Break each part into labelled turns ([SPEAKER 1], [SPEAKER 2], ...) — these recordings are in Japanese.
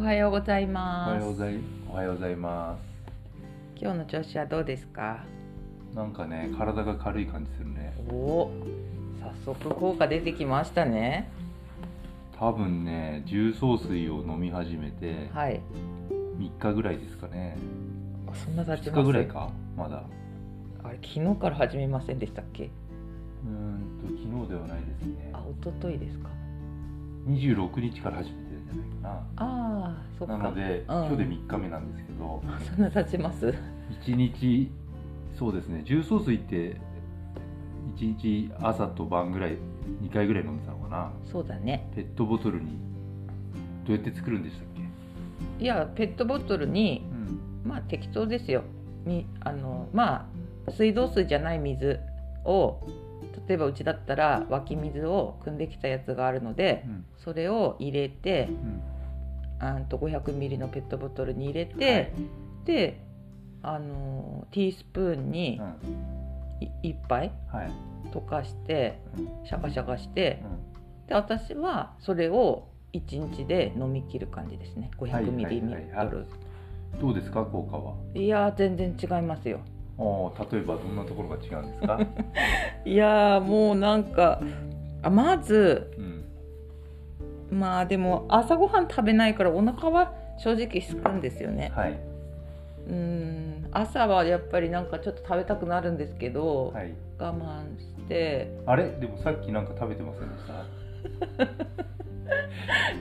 [SPEAKER 1] はようござい
[SPEAKER 2] おは
[SPEAKER 1] ま
[SPEAKER 2] ようご
[SPEAKER 1] す。
[SPEAKER 2] ざいおはようございま
[SPEAKER 1] 今日の調子はどうですか。
[SPEAKER 2] すなんかね体が軽い感じするね
[SPEAKER 1] おお、早速効果出てきましたね。
[SPEAKER 2] 多分ね重曹水を飲み始めて
[SPEAKER 1] はい。
[SPEAKER 2] 3日ぐらいですかね
[SPEAKER 1] あそんな経ち
[SPEAKER 2] 2
[SPEAKER 1] ます。
[SPEAKER 2] 日ぐらい。かまだ
[SPEAKER 1] あれ昨日から始めませんでしたっけ。
[SPEAKER 2] うーんと昨日ではないですね
[SPEAKER 1] あ、一昨日ですか。
[SPEAKER 2] 26日から始めてるんじゃないか
[SPEAKER 1] ああ、そっ
[SPEAKER 2] な
[SPEAKER 1] か。
[SPEAKER 2] なので、
[SPEAKER 1] うん
[SPEAKER 2] 今日で3日目なんですけど
[SPEAKER 1] そんな経ちます。
[SPEAKER 2] 1日そうですね重曹水って1日朝と晩ぐらい2回ぐらい飲んでたのかな
[SPEAKER 1] そうだね。
[SPEAKER 2] ペットボトルにどうやって作るんでしたっけ、
[SPEAKER 1] いや、ペットボトルに、
[SPEAKER 2] うん、
[SPEAKER 1] まあ適当ですよ。み、あの、まあ水道水じゃない水を。例えばうちだったら湧き水を汲んできたやつがあるので
[SPEAKER 2] うん
[SPEAKER 1] それを入れて
[SPEAKER 2] うん
[SPEAKER 1] あんと500ミリのペットボトルに入れて、
[SPEAKER 2] はい
[SPEAKER 1] であのーティースプーンに
[SPEAKER 2] うん
[SPEAKER 1] い1杯
[SPEAKER 2] はい
[SPEAKER 1] 溶かして
[SPEAKER 2] うん
[SPEAKER 1] シャカシャカしてで私はそれを1日で飲み切る感じですね500ミリミ
[SPEAKER 2] はいは
[SPEAKER 1] ト
[SPEAKER 2] いはい
[SPEAKER 1] ル
[SPEAKER 2] うんどうですか効果はい
[SPEAKER 1] やー全然違いますよ
[SPEAKER 2] おー例えばどんなところが違うんで すか、
[SPEAKER 1] いやーもうなんかあまず
[SPEAKER 2] うん、
[SPEAKER 1] まあでも朝ごはん食べないからお腹は正直すくんですよね
[SPEAKER 2] はい、
[SPEAKER 1] うん朝はやっぱりなんかちょっと食べたくなるんですけど、
[SPEAKER 2] はい、
[SPEAKER 1] 我慢して
[SPEAKER 2] あれでもさっきなんか食べてませんでした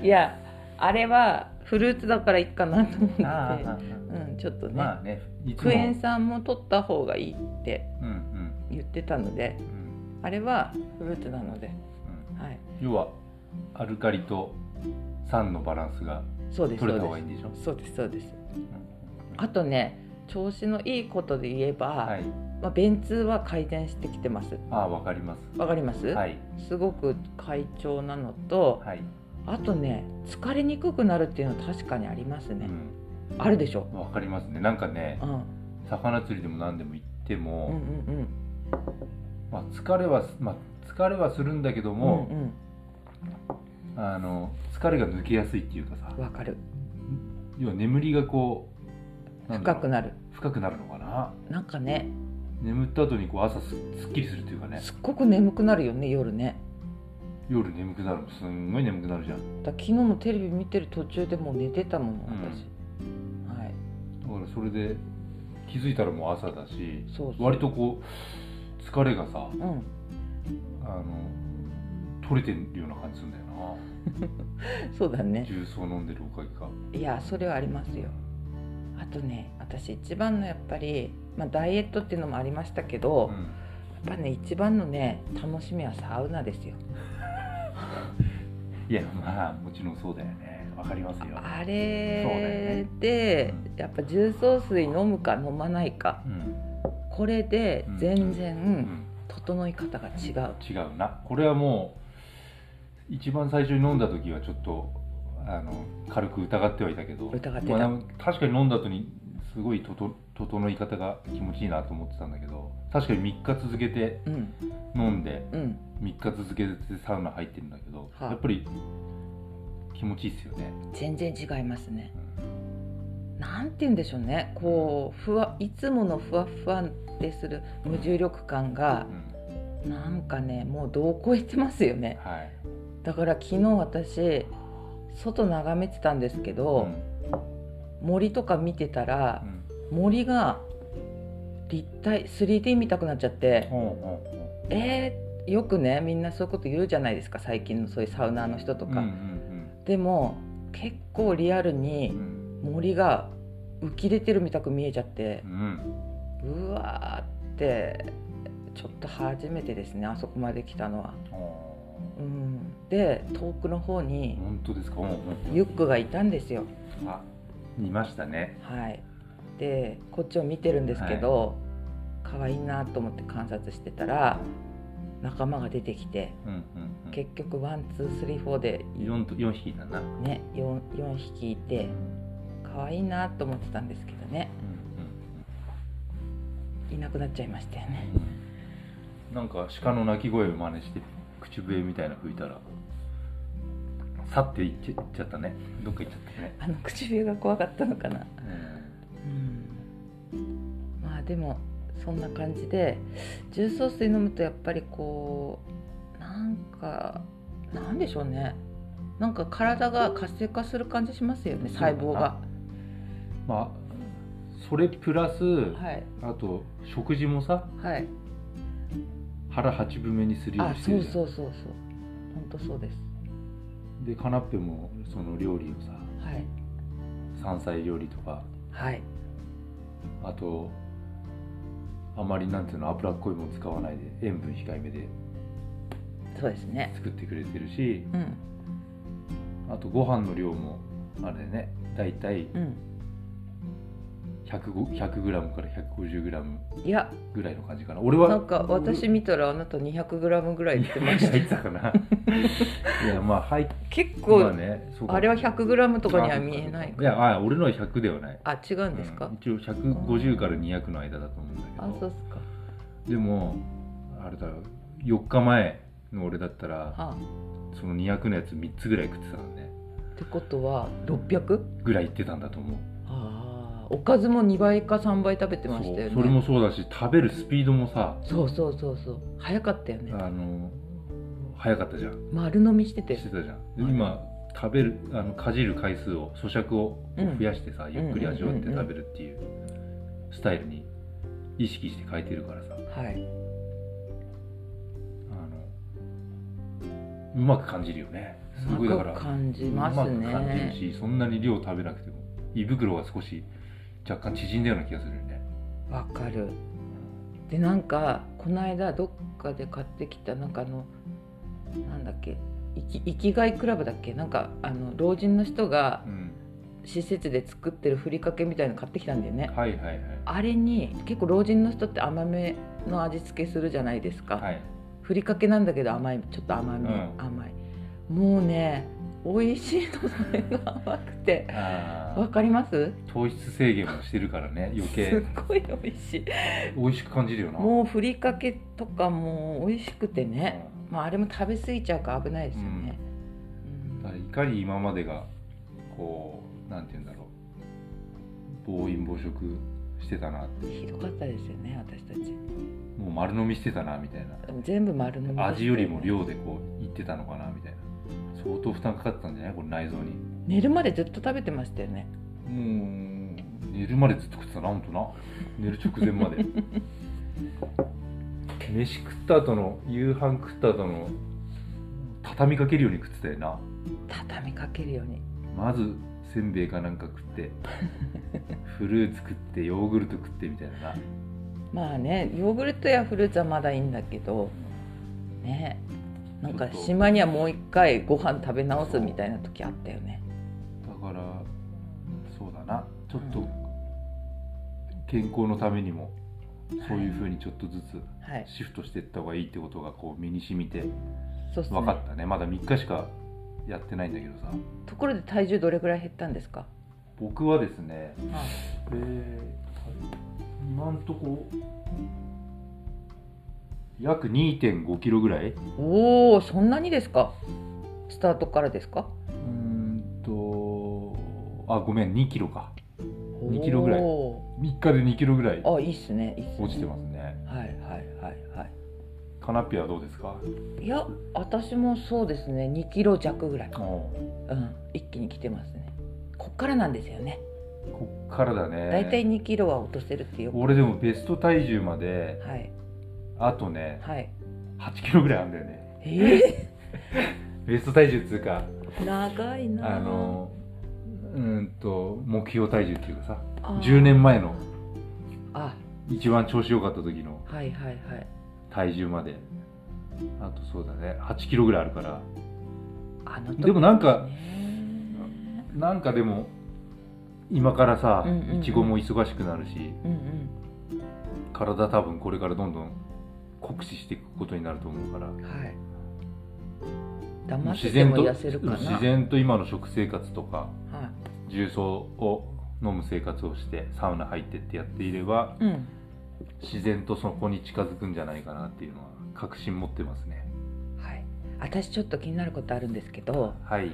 [SPEAKER 1] いやあれはフルーツだからいいかなと思って
[SPEAKER 2] あ ーあー
[SPEAKER 1] うん、ちょっとね、
[SPEAKER 2] まあねいつ
[SPEAKER 1] ク
[SPEAKER 2] も
[SPEAKER 1] エン酸も取った方がいいって
[SPEAKER 2] うん
[SPEAKER 1] 言ってたので
[SPEAKER 2] うんうん
[SPEAKER 1] あれはフルーツなので、
[SPEAKER 2] うん
[SPEAKER 1] はい、
[SPEAKER 2] 要はアルカリと酸のバランスが
[SPEAKER 1] そうです
[SPEAKER 2] 取
[SPEAKER 1] そ
[SPEAKER 2] れ
[SPEAKER 1] う
[SPEAKER 2] た方がい
[SPEAKER 1] で
[SPEAKER 2] いんでしょ
[SPEAKER 1] すそうですそうです
[SPEAKER 2] うん
[SPEAKER 1] あとね調子のいいことで言えば、
[SPEAKER 2] はい
[SPEAKER 1] まあ、便通は改善してきてます
[SPEAKER 2] ああわかります
[SPEAKER 1] わかります、
[SPEAKER 2] はい
[SPEAKER 1] すごく快調なのと、
[SPEAKER 2] はい、
[SPEAKER 1] あとね疲れにくくなるっていうのは確かにあります
[SPEAKER 2] う
[SPEAKER 1] ね、
[SPEAKER 2] ん、
[SPEAKER 1] あるでしょ、
[SPEAKER 2] わかりますねなんかね
[SPEAKER 1] うん、うん
[SPEAKER 2] 魚釣りでも何でも行って
[SPEAKER 1] うん
[SPEAKER 2] も、
[SPEAKER 1] うん
[SPEAKER 2] まあ、疲れはまあ疲れはするんだけど
[SPEAKER 1] うん
[SPEAKER 2] も、
[SPEAKER 1] うん
[SPEAKER 2] あの疲れが抜けやすいっていうかさ
[SPEAKER 1] わかる
[SPEAKER 2] 要は眠りがこうなん
[SPEAKER 1] 深
[SPEAKER 2] だろう
[SPEAKER 1] くなる
[SPEAKER 2] 深くなるのかな
[SPEAKER 1] なんかね
[SPEAKER 2] 眠った後にこう朝すすっきりするっていうかね
[SPEAKER 1] すっごく眠くなるよね夜ね
[SPEAKER 2] 夜眠くなるのすんごい眠くなるじゃん
[SPEAKER 1] だ昨日もテレビ見てる途中でもう寝てたもん
[SPEAKER 2] うん
[SPEAKER 1] 私、はい
[SPEAKER 2] だからそれで気づいたらもう朝だし
[SPEAKER 1] そうそう
[SPEAKER 2] 割とこう疲れがさ
[SPEAKER 1] うん
[SPEAKER 2] あの取れてるような感じするんだよ
[SPEAKER 1] そうだ
[SPEAKER 2] な
[SPEAKER 1] ね
[SPEAKER 2] 重曹飲んでるおかげか
[SPEAKER 1] いやそれはありますよあとね私一番のやっぱり、まあ、ダイエットっていうのもありましたけど、や
[SPEAKER 2] う
[SPEAKER 1] っぱね一番のね楽しみはサウナですよ
[SPEAKER 2] んいやまあもちろんそうだよねわかりますよ
[SPEAKER 1] あ
[SPEAKER 2] そうだよ
[SPEAKER 1] れ
[SPEAKER 2] ね
[SPEAKER 1] で、
[SPEAKER 2] う
[SPEAKER 1] やっぱ重曹水飲むか飲まないか
[SPEAKER 2] うん、
[SPEAKER 1] これで全
[SPEAKER 2] う
[SPEAKER 1] 然
[SPEAKER 2] ん、
[SPEAKER 1] 整い方が違う、
[SPEAKER 2] 違うなこれはもう一番最初に飲んだ時はちょっとあの軽く疑ってはいたけど
[SPEAKER 1] 疑ってた
[SPEAKER 2] まあでも確かに飲んだ後にすごいとと整い方が気持ちいいなと思ってたんだけど確かに3日続けて
[SPEAKER 1] うん
[SPEAKER 2] 飲んで
[SPEAKER 1] うん
[SPEAKER 2] 3日続けてサウナ入ってるんだけど、
[SPEAKER 1] はい
[SPEAKER 2] やっぱり気持ちいいっすよね、
[SPEAKER 1] 全然違いますね
[SPEAKER 2] うん
[SPEAKER 1] なんて言うんでしょうねこうふわいつものふわふわってする無重力感が
[SPEAKER 2] うん
[SPEAKER 1] なんかねもう度を超えてますよね
[SPEAKER 2] はい、
[SPEAKER 1] だから昨日私外眺めてたんですけ
[SPEAKER 2] う
[SPEAKER 1] ど、
[SPEAKER 2] ん
[SPEAKER 1] 森とか見てたら
[SPEAKER 2] うん
[SPEAKER 1] 森が立体 3D 見たくなっちゃって
[SPEAKER 2] ほうほうほ
[SPEAKER 1] えー、よくねみんなそういうこと言うじゃないですか最近のそういうサウナーの人と
[SPEAKER 2] ううん
[SPEAKER 1] か、でも結構リアル
[SPEAKER 2] うんう
[SPEAKER 1] に
[SPEAKER 2] ん
[SPEAKER 1] 森が浮き出てるみたく見えちゃって
[SPEAKER 2] う、ん
[SPEAKER 1] うわーってちょっと初めてですねあそこまで来たのは。
[SPEAKER 2] ほ
[SPEAKER 1] うん、で遠くの方
[SPEAKER 2] う
[SPEAKER 1] に
[SPEAKER 2] 本当ですか、うんうんうん
[SPEAKER 1] ユックがいたんですよ。
[SPEAKER 2] あ見ましたね
[SPEAKER 1] はい、でこっちを見てるんですけど、可愛いなと思って観察してたら仲間が出てきて
[SPEAKER 2] うんうんうん
[SPEAKER 1] 結局ワンツースリーフォーで、
[SPEAKER 2] 4, と4匹だな、
[SPEAKER 1] ね、4, 4匹いて可愛いなと思ってたんですけどねいなくなっちゃいましたよね。
[SPEAKER 2] なんか鹿の鳴き声を真似して口笛みたいなの吹いたら去っていっちゃったねどっか行っちゃったね、
[SPEAKER 1] あの唇が怖かったのかな
[SPEAKER 2] う
[SPEAKER 1] う
[SPEAKER 2] ん
[SPEAKER 1] んまあでもそんな感じで重曹水飲むとやっぱりこうなんかなんでしょうねなんか体が活性化する感じしますよね細胞が
[SPEAKER 2] まあそれプラス、
[SPEAKER 1] はい
[SPEAKER 2] あと食事もさ
[SPEAKER 1] はい
[SPEAKER 2] 腹八分目にするよう
[SPEAKER 1] あ
[SPEAKER 2] にして
[SPEAKER 1] そ
[SPEAKER 2] る
[SPEAKER 1] う
[SPEAKER 2] じゃん
[SPEAKER 1] そうそうそう本当そうです
[SPEAKER 2] でカナッペもその料理をさ
[SPEAKER 1] はい
[SPEAKER 2] 山菜料理とか
[SPEAKER 1] はい
[SPEAKER 2] あとあまりなんていうの脂っこいもの使わないで塩分控えめで
[SPEAKER 1] そうですね
[SPEAKER 2] 作ってくれてるし
[SPEAKER 1] うん
[SPEAKER 2] あとご飯の量もあれね大体
[SPEAKER 1] うん
[SPEAKER 2] 100 100g から 150g
[SPEAKER 1] いや
[SPEAKER 2] ぐらいの感じかな俺は
[SPEAKER 1] なんか私見たらあなた 200g ぐらい
[SPEAKER 2] い
[SPEAKER 1] 言ってまし
[SPEAKER 2] や
[SPEAKER 1] た
[SPEAKER 2] 言ってたかないやまあ入っ
[SPEAKER 1] 結
[SPEAKER 2] こ
[SPEAKER 1] 構、
[SPEAKER 2] まあねそうか
[SPEAKER 1] あれは 100g とかには見えない
[SPEAKER 2] いやあ俺のは100ではない
[SPEAKER 1] あ違うんですか、
[SPEAKER 2] うん一応150から200の間だと思うんだけど
[SPEAKER 1] あそうっすか
[SPEAKER 2] でもあれだ4日前の俺だったら
[SPEAKER 1] あ
[SPEAKER 2] その200のやつ3つぐらい食ってたのね
[SPEAKER 1] ってことは 600?
[SPEAKER 2] ぐらい行ってたんだと思う
[SPEAKER 1] ああおかずも2倍か3倍食べてましたよね
[SPEAKER 2] そうそれもそうだし食べるスピードもさ
[SPEAKER 1] そうそうそうそう早かったよね
[SPEAKER 2] あの早かったじゃん
[SPEAKER 1] 丸飲みしてて
[SPEAKER 2] してたじゃんで今食べるあのかじる回数を咀嚼を
[SPEAKER 1] うん
[SPEAKER 2] 増やしてさ、ゆっくり味わって
[SPEAKER 1] うんうんうんうん
[SPEAKER 2] 食べるっていうスタイルに意識して変えてるからさ
[SPEAKER 1] はい
[SPEAKER 2] あのうまく感じるよねすごいだ
[SPEAKER 1] う
[SPEAKER 2] か
[SPEAKER 1] ま
[SPEAKER 2] ら
[SPEAKER 1] く感じます
[SPEAKER 2] うまく感じる
[SPEAKER 1] ね
[SPEAKER 2] しそんなに量食べなくても胃袋が少し若干縮んだような気がするよね
[SPEAKER 1] わかるでなんかこの間どっかで買ってきたなんかあのなんだっけ生き生きがいクラブだっけなんかあの老人の人が
[SPEAKER 2] うん
[SPEAKER 1] 施設で作ってるふりかけみたいの買ってきたんだよね
[SPEAKER 2] はいはいはい
[SPEAKER 1] あれに結構老人の人って甘めの味付けするじゃないですか、
[SPEAKER 2] はい
[SPEAKER 1] ふりかけなんだけど甘いちょっと甘み、
[SPEAKER 2] うん
[SPEAKER 1] 甘いもうね美味しいのそれが甘くて
[SPEAKER 2] あ
[SPEAKER 1] わ
[SPEAKER 2] ー
[SPEAKER 1] かります
[SPEAKER 2] 糖質制限もしてるからね余
[SPEAKER 1] すっ
[SPEAKER 2] 計
[SPEAKER 1] ごい美味しい
[SPEAKER 2] 美味しく感じるよな
[SPEAKER 1] もうふりかけとかも美味しくてね、まああれも食べ過ぎちゃうから危ないですよね、
[SPEAKER 2] うん
[SPEAKER 1] う
[SPEAKER 2] だ
[SPEAKER 1] ん
[SPEAKER 2] からいかに今までがこうなんて言うんだろう暴飲暴食してたなって
[SPEAKER 1] ひどかったですよね私たち
[SPEAKER 2] もう丸飲みしてたなみたい
[SPEAKER 1] 全部丸飲みでした
[SPEAKER 2] な
[SPEAKER 1] ね
[SPEAKER 2] 味よりも量でこういってたのかなみたいな相当負担かかってたんじゃないこれ内臓に
[SPEAKER 1] 寝るまでずっと食べてましたよね
[SPEAKER 2] もう寝るまでずっと食ってたな本当な寝る直前まで 飯食った後の夕飯食った後の畳みかけるように食ってたよな
[SPEAKER 1] 畳みかけるように
[SPEAKER 2] まずせんべいかなんか食って フルーツ食ってヨーグルト食ってみたいなな
[SPEAKER 1] まあねヨーグルトやフルーツはまだいいんだけどねなんか島にはもう一回ご飯食べ直すみたいな時あったよね
[SPEAKER 2] だからそうだなちょっ
[SPEAKER 1] う
[SPEAKER 2] と
[SPEAKER 1] ん
[SPEAKER 2] 健康のためにもそういうふうにちょっとずつ
[SPEAKER 1] はい
[SPEAKER 2] シフトしていった方がいいってことがこう身に染みて
[SPEAKER 1] そうっすね
[SPEAKER 2] 分かったねまだ3日しかやってないんだけどさ
[SPEAKER 1] ところで体重どれぐらい減ったんですか
[SPEAKER 2] 僕はですね
[SPEAKER 1] あ
[SPEAKER 2] えー今んとこ約2 5キロぐらい
[SPEAKER 1] おおそんなにですかスタートからですか
[SPEAKER 2] うーんとあごめん2キロか2キロぐらい
[SPEAKER 1] お
[SPEAKER 2] 3日で2キロぐらい
[SPEAKER 1] ーあいいっすねいいっすね
[SPEAKER 2] 落ちてますね
[SPEAKER 1] はいはいはいは
[SPEAKER 2] カナッピはどうですか
[SPEAKER 1] いいや私もそうですね2キロ弱ぐらい、
[SPEAKER 2] おう
[SPEAKER 1] うん、一気に来てますねこっからなんですよね
[SPEAKER 2] こっからだね
[SPEAKER 1] 大体2キロは落とせるっていう
[SPEAKER 2] 俺でもベスト体重まで
[SPEAKER 1] はい
[SPEAKER 2] あとね
[SPEAKER 1] はい
[SPEAKER 2] 8キロぐらいあるんだよね
[SPEAKER 1] え
[SPEAKER 2] ベスト体重っつうか
[SPEAKER 1] ー、長いな
[SPEAKER 2] あのうーんと目標体重っていうかさ
[SPEAKER 1] あー
[SPEAKER 2] 10年前の
[SPEAKER 1] あ
[SPEAKER 2] 一番調子良かった時の
[SPEAKER 1] はいはいはい
[SPEAKER 2] 体重まであとそうだね8キロぐらいあるから
[SPEAKER 1] あの時
[SPEAKER 2] でもなんか
[SPEAKER 1] ね
[SPEAKER 2] なんかでも今からさ
[SPEAKER 1] うんうんうん
[SPEAKER 2] いちごも忙しくなるし
[SPEAKER 1] うんうん
[SPEAKER 2] 体多分これからどんどん酷使していくことになると思うから
[SPEAKER 1] はい黙って
[SPEAKER 2] 自
[SPEAKER 1] て
[SPEAKER 2] 然
[SPEAKER 1] も
[SPEAKER 2] と
[SPEAKER 1] 痩せるかな
[SPEAKER 2] 自然と今の食生活とか
[SPEAKER 1] は
[SPEAKER 2] 重曹を飲む生活をしてサウナ入ってってやっていれば
[SPEAKER 1] い、うん
[SPEAKER 2] 自然とそこに近づくんじゃないかなっていうのは確信持ってますね
[SPEAKER 1] はい私ちょっと気になることあるんですけど
[SPEAKER 2] はい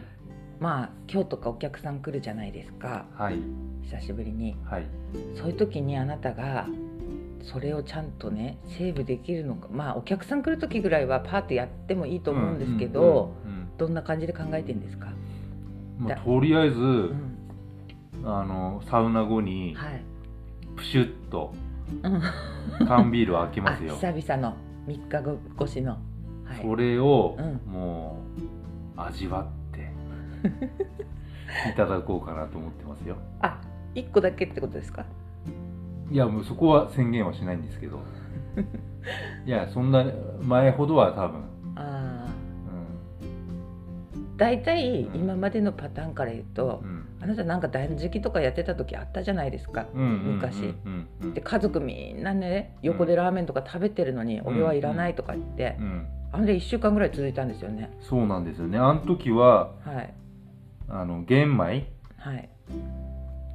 [SPEAKER 1] まあ今日とかお客さん来るじゃないですか
[SPEAKER 2] はい
[SPEAKER 1] 久しぶりに
[SPEAKER 2] はい
[SPEAKER 1] そういう時にあなたがそれをちゃんとねセーブできるのかまあお客さん来る時ぐらいはパーティーやってもいいと思うんですけど、
[SPEAKER 2] うんうん
[SPEAKER 1] どんな感じで考えてんですか、
[SPEAKER 2] うん
[SPEAKER 1] だ
[SPEAKER 2] まあとりあえず、
[SPEAKER 1] うん、
[SPEAKER 2] あのサウナ後に
[SPEAKER 1] はい、
[SPEAKER 2] プシュッと
[SPEAKER 1] うん
[SPEAKER 2] 缶ビールを開け
[SPEAKER 1] あ
[SPEAKER 2] ますよ、
[SPEAKER 1] 久々の3日後越しの、はい、
[SPEAKER 2] それを
[SPEAKER 1] うん
[SPEAKER 2] もう味わって いただこうかなと思ってますよ
[SPEAKER 1] あ一1個だけってことですか
[SPEAKER 2] いやもうそこは宣言はしないんですけどいやそんな前ほどは多分、
[SPEAKER 1] ああ
[SPEAKER 2] う
[SPEAKER 1] 大体
[SPEAKER 2] うん
[SPEAKER 1] 今までのパターンから言うと、
[SPEAKER 2] んうん
[SPEAKER 1] あなたなんか断食とかやってた時あったじゃないですか、
[SPEAKER 2] うんうん
[SPEAKER 1] 昔
[SPEAKER 2] うんうんうん
[SPEAKER 1] で家族みんなね横でラーメンとか食べてるのに、
[SPEAKER 2] ん
[SPEAKER 1] 俺はいらないとか言って、
[SPEAKER 2] うん
[SPEAKER 1] あれで1週間ぐらい続いたんですよね
[SPEAKER 2] そうなんですよねあの時は
[SPEAKER 1] はい
[SPEAKER 2] あの玄米
[SPEAKER 1] はい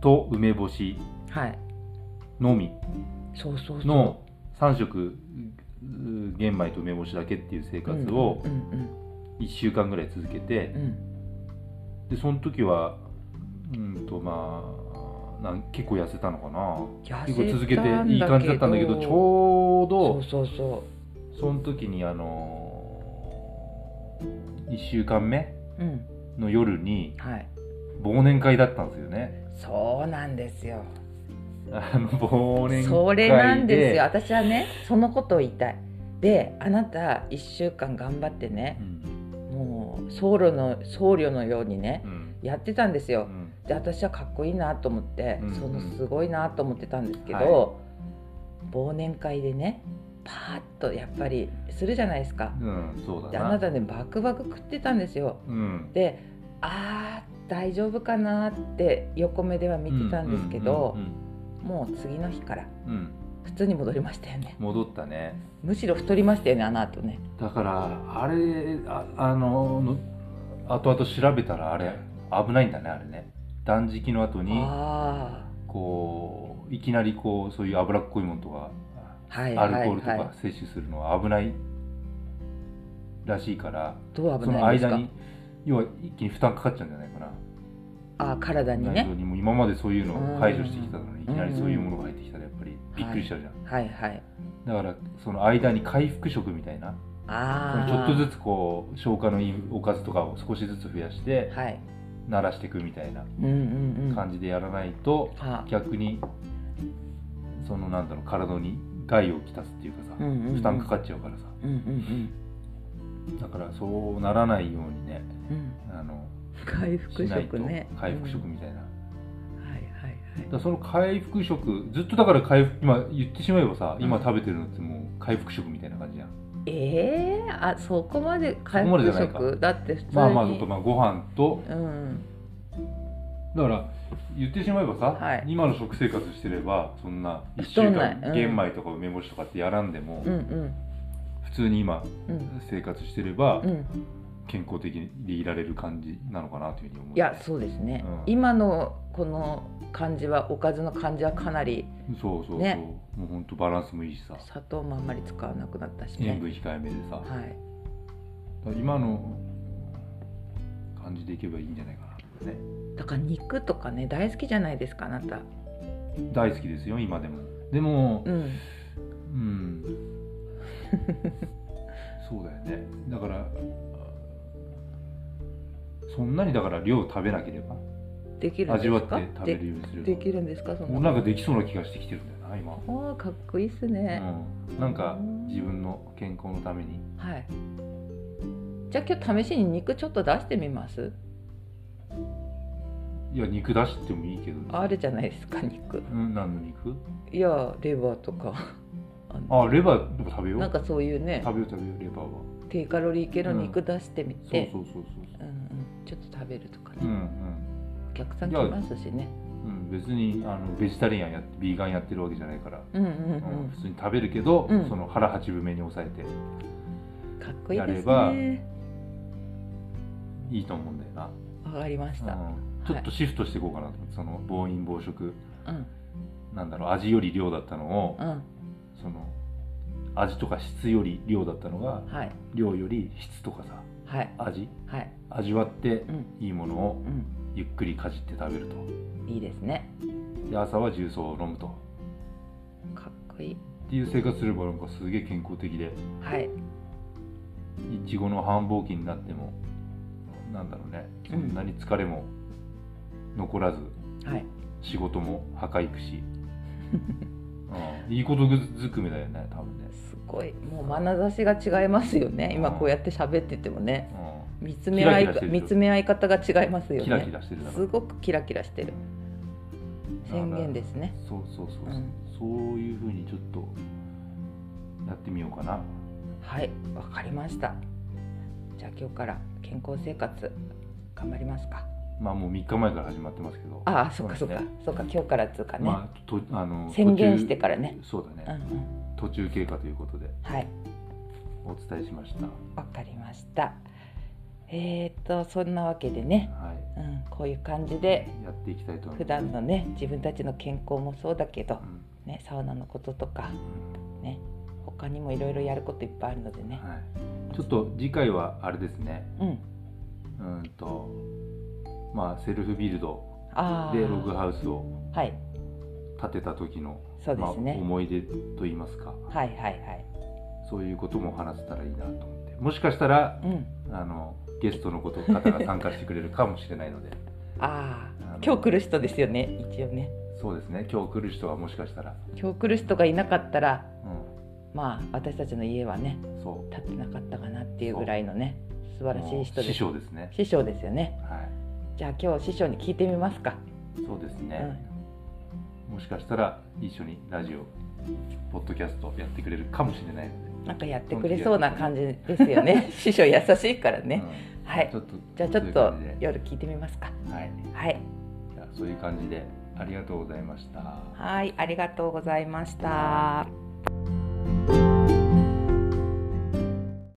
[SPEAKER 2] と梅干し
[SPEAKER 1] はい
[SPEAKER 2] のみ
[SPEAKER 1] そうそうそう
[SPEAKER 2] の3食う玄米と梅干しだけっていう生活を
[SPEAKER 1] うんうん
[SPEAKER 2] 1週間ぐらい続けて
[SPEAKER 1] うん、うん
[SPEAKER 2] でその時はうんとまあなん結構痩せたのかな
[SPEAKER 1] 痩せ
[SPEAKER 2] 結
[SPEAKER 1] た
[SPEAKER 2] 構
[SPEAKER 1] ん
[SPEAKER 2] 続けていい感じだったんだけどちょう
[SPEAKER 1] そう
[SPEAKER 2] ど
[SPEAKER 1] そうそ
[SPEAKER 2] その時にあの1週間目
[SPEAKER 1] ううん
[SPEAKER 2] の夜に
[SPEAKER 1] はい
[SPEAKER 2] 忘年会だったんですよね
[SPEAKER 1] そうなんですよ
[SPEAKER 2] あの忘年会で
[SPEAKER 1] それなんですよ私はねそのことを言いたいであなた1週間頑張ってね
[SPEAKER 2] うん
[SPEAKER 1] もう僧侶の僧侶のようにね
[SPEAKER 2] うん
[SPEAKER 1] やってたんです
[SPEAKER 2] う
[SPEAKER 1] よ
[SPEAKER 2] ん
[SPEAKER 1] で私はかっこいいなと思って、
[SPEAKER 2] うんうん
[SPEAKER 1] そのすごいなと思ってたんですけど、
[SPEAKER 2] は
[SPEAKER 1] 忘年会でねパーッとやっぱりするじゃないですか
[SPEAKER 2] うんそうだ
[SPEAKER 1] で
[SPEAKER 2] な
[SPEAKER 1] あなたねバクバク食ってたんですよ
[SPEAKER 2] うん
[SPEAKER 1] であー大丈夫かなって横目では見てたんですけど
[SPEAKER 2] うんうんうん
[SPEAKER 1] もう次の日から
[SPEAKER 2] うんうん
[SPEAKER 1] 普通に戻りましたよね
[SPEAKER 2] 戻ったね
[SPEAKER 1] むしろ太りましたよねあの後ね
[SPEAKER 2] だからあれああのの後々調べたらあれ危ないんだねあれね断食の後に
[SPEAKER 1] あ
[SPEAKER 2] こういきなりこうそういう脂っこいものとか
[SPEAKER 1] あはい
[SPEAKER 2] ア
[SPEAKER 1] はい
[SPEAKER 2] ルコ
[SPEAKER 1] は
[SPEAKER 2] ール
[SPEAKER 1] い
[SPEAKER 2] とか摂取するのは危ないらしいから
[SPEAKER 1] どう危
[SPEAKER 2] その
[SPEAKER 1] ないんです
[SPEAKER 2] 間
[SPEAKER 1] か
[SPEAKER 2] に要は一気に負担かかっちゃうんじゃないかな
[SPEAKER 1] あー体に
[SPEAKER 2] 内臓
[SPEAKER 1] ね
[SPEAKER 2] にも今までそういうのを排除してきたのにいきなりそういうものが入ってきたらやっぱりびっくりしちゃうじゃん、
[SPEAKER 1] はいはい
[SPEAKER 2] だからその間に回復食みたいな
[SPEAKER 1] ああ
[SPEAKER 2] ちょっとず
[SPEAKER 1] つ
[SPEAKER 2] つこう消化のいいおかずとかを少しずつ増やして
[SPEAKER 1] はい
[SPEAKER 2] 慣らしていくみたいな
[SPEAKER 1] うんうんうんは
[SPEAKER 2] 感じでやらないと
[SPEAKER 1] あ
[SPEAKER 2] 逆にそのなんだろう体に害をきたすっていうか
[SPEAKER 1] うん
[SPEAKER 2] さ
[SPEAKER 1] うんうん
[SPEAKER 2] 負担かかっちゃうからさ
[SPEAKER 1] うんうん
[SPEAKER 2] だからそうならないようにね
[SPEAKER 1] うんうん
[SPEAKER 2] あの
[SPEAKER 1] 回復
[SPEAKER 2] しないと
[SPEAKER 1] 食ね
[SPEAKER 2] 回復食
[SPEAKER 1] うん
[SPEAKER 2] みたい
[SPEAKER 1] は
[SPEAKER 2] な。
[SPEAKER 1] いはい
[SPEAKER 2] だか
[SPEAKER 1] は
[SPEAKER 2] らその回復食ずっとだから回復今言ってしまえばさ今
[SPEAKER 1] うん
[SPEAKER 2] 食べてるのってもう回復食みたいな感じじゃん
[SPEAKER 1] いええあそこまで回
[SPEAKER 2] そこまでじ
[SPEAKER 1] 復
[SPEAKER 2] ゃないか
[SPEAKER 1] 食だって普通に
[SPEAKER 2] まあまあちょっとまあご飯と
[SPEAKER 1] うん
[SPEAKER 2] だから言ってしまえばさ、
[SPEAKER 1] はい
[SPEAKER 2] 今の食生活してればそんな1週
[SPEAKER 1] 太んない
[SPEAKER 2] 間
[SPEAKER 1] うん
[SPEAKER 2] 玄米とか梅干しとかってやらんでも、
[SPEAKER 1] うんうん
[SPEAKER 2] 普通に今
[SPEAKER 1] うん
[SPEAKER 2] 生活してれば
[SPEAKER 1] うん
[SPEAKER 2] 健康的でいられる感じなのかなというふうに思う
[SPEAKER 1] いやそうですね、
[SPEAKER 2] うん
[SPEAKER 1] 今のこの感じはおかずの感じはかなり
[SPEAKER 2] そうそうそう、
[SPEAKER 1] ね
[SPEAKER 2] もうほんとバランスもいいしさ
[SPEAKER 1] 砂糖もあんまり使わなくなったしね
[SPEAKER 2] 塩分控えめでさ、
[SPEAKER 1] はい
[SPEAKER 2] 今の感じでいけばいいんじゃないかな、ね、
[SPEAKER 1] だから肉とかね大好きじゃないですかあなた
[SPEAKER 2] 大好きですよ今でもでも
[SPEAKER 1] うん
[SPEAKER 2] うん そうだよねだからそんなにだから量食べなければ
[SPEAKER 1] できるんで
[SPEAKER 2] 味わ
[SPEAKER 1] す
[SPEAKER 2] っ
[SPEAKER 1] か
[SPEAKER 2] て食べるようにす
[SPEAKER 1] で
[SPEAKER 2] れ
[SPEAKER 1] で
[SPEAKER 2] ば
[SPEAKER 1] きるんですかその
[SPEAKER 2] もうなんかできそうな気がしてきてるんだよな今、
[SPEAKER 1] おーかっこいいっすね、
[SPEAKER 2] うん、なんか自分の健康のために
[SPEAKER 1] はいじゃあ今日試しに肉ちょっと出してみます
[SPEAKER 2] いや肉出してもいいけど
[SPEAKER 1] あるじゃないですか肉
[SPEAKER 2] うん、何の肉
[SPEAKER 1] いやレバーとかあの
[SPEAKER 2] あレバーでも食べよう
[SPEAKER 1] なんかそういうね
[SPEAKER 2] 食べよう食べようレバーは
[SPEAKER 1] 低カロリー系の肉出してみ
[SPEAKER 2] そう
[SPEAKER 1] て、
[SPEAKER 2] そうそ
[SPEAKER 1] うんう
[SPEAKER 2] う
[SPEAKER 1] んちょっと食べるとかね、
[SPEAKER 2] そううんうん
[SPEAKER 1] お客さん来ますしね
[SPEAKER 2] うん、別にあのベジタリアンやってビーガンやってるわけじゃないから、
[SPEAKER 1] うんうん
[SPEAKER 2] うん普通に食べるけど、
[SPEAKER 1] うん
[SPEAKER 2] その腹八分目に抑えて
[SPEAKER 1] うんかっこいい
[SPEAKER 2] やれ
[SPEAKER 1] です
[SPEAKER 2] ば
[SPEAKER 1] ね
[SPEAKER 2] いいと思うんだよな、
[SPEAKER 1] わかりました、
[SPEAKER 2] うん、ちょっとシフトしていこうかなと思ってその暴飲暴食
[SPEAKER 1] うん
[SPEAKER 2] なんだろう味より量だったのを、
[SPEAKER 1] うん
[SPEAKER 2] その味とか質より量だったのが
[SPEAKER 1] はい
[SPEAKER 2] 量より質とかさ
[SPEAKER 1] はい
[SPEAKER 2] 味
[SPEAKER 1] はい
[SPEAKER 2] 味わって
[SPEAKER 1] うん
[SPEAKER 2] いいものを
[SPEAKER 1] うん
[SPEAKER 2] ゆっくりかじって食べると
[SPEAKER 1] いいですね
[SPEAKER 2] で朝は重曹を飲むとっ
[SPEAKER 1] かっこいい
[SPEAKER 2] ていう生活すればなんかすげえ健康的で
[SPEAKER 1] はい
[SPEAKER 2] いちごの繁忙期になってもなんだろうねそんなに疲れも残らず
[SPEAKER 1] はい
[SPEAKER 2] 仕事もはかい くし、うん、いいことずくめだよね多分ね、
[SPEAKER 1] すごいもう眼差しが違いますよね今こうやって喋っててもね見つめ合い
[SPEAKER 2] キラキラしてる
[SPEAKER 1] 見つめ合い方が違います
[SPEAKER 2] う
[SPEAKER 1] よね
[SPEAKER 2] ん、キラキラしてるだから
[SPEAKER 1] すごくキラキラしてる宣言ですね
[SPEAKER 2] そうそうそうそう、
[SPEAKER 1] うん
[SPEAKER 2] そういうふうにちょっとやってみようかな
[SPEAKER 1] はいわかりましたじゃあ今日から健康生活頑張りますか
[SPEAKER 2] まあもう3日前から始まってますけど
[SPEAKER 1] ああそっかそっか
[SPEAKER 2] そうですね
[SPEAKER 1] そっか今日からっつうかね、
[SPEAKER 2] まあとあの
[SPEAKER 1] 宣言
[SPEAKER 2] 途中
[SPEAKER 1] してからね
[SPEAKER 2] そうだね、
[SPEAKER 1] うんうん
[SPEAKER 2] 途中経過ということで
[SPEAKER 1] はい
[SPEAKER 2] お伝えしました
[SPEAKER 1] わかりましたえー、とそんなわけでね、
[SPEAKER 2] は
[SPEAKER 1] うん、こういう感じで
[SPEAKER 2] いやっていきたいと思い
[SPEAKER 1] 普
[SPEAKER 2] ます
[SPEAKER 1] 段のね自分たちの健康もそうだけど
[SPEAKER 2] う、ん
[SPEAKER 1] ね、サウナのこととか
[SPEAKER 2] うん
[SPEAKER 1] ね他にもいろいろやることいっぱいあるのでね、
[SPEAKER 2] はい、ちょっと次回はあれですね
[SPEAKER 1] うん
[SPEAKER 2] うーんとまあセルフビルド
[SPEAKER 1] ああ
[SPEAKER 2] でログハウスを
[SPEAKER 1] はい
[SPEAKER 2] 建てた時の、
[SPEAKER 1] そうで
[SPEAKER 2] まあ、
[SPEAKER 1] すね、
[SPEAKER 2] 思い出といいますか
[SPEAKER 1] はいはいはい
[SPEAKER 2] そういうことも話せたらいいなと思ってもしかしたら
[SPEAKER 1] うん
[SPEAKER 2] あのゲストのこと方が参加してくれるかもしれないので
[SPEAKER 1] あ
[SPEAKER 2] あ
[SPEAKER 1] あ
[SPEAKER 2] の
[SPEAKER 1] 今日来る人ですよね一応ね
[SPEAKER 2] そうですね今日来る人はもしかしたら、
[SPEAKER 1] 今日来る人がいなかったら
[SPEAKER 2] う
[SPEAKER 1] まあ私たちの家はね
[SPEAKER 2] ん、そう
[SPEAKER 1] 建ってなかったかなっていうぐらいのね素晴らしい人です
[SPEAKER 2] 師匠ですね
[SPEAKER 1] 師匠ですよね
[SPEAKER 2] は
[SPEAKER 1] じゃあ今日師匠に聞いてみますか、
[SPEAKER 2] いそうです
[SPEAKER 1] う
[SPEAKER 2] ね、
[SPEAKER 1] ん、
[SPEAKER 2] もしかしたら一緒にラジオポッドキャストやってくれるかもしれないので
[SPEAKER 1] なんかやってくれそうな感じですよね師匠優しいからね、
[SPEAKER 2] うん
[SPEAKER 1] はい
[SPEAKER 2] ちょっと
[SPEAKER 1] じゃあちょっ
[SPEAKER 2] そういう
[SPEAKER 1] と
[SPEAKER 2] 感じで
[SPEAKER 1] 夜聞いてみますか
[SPEAKER 2] はい
[SPEAKER 1] はい
[SPEAKER 2] じゃあそういう感じでありがとうございました。
[SPEAKER 1] はいありがとうございました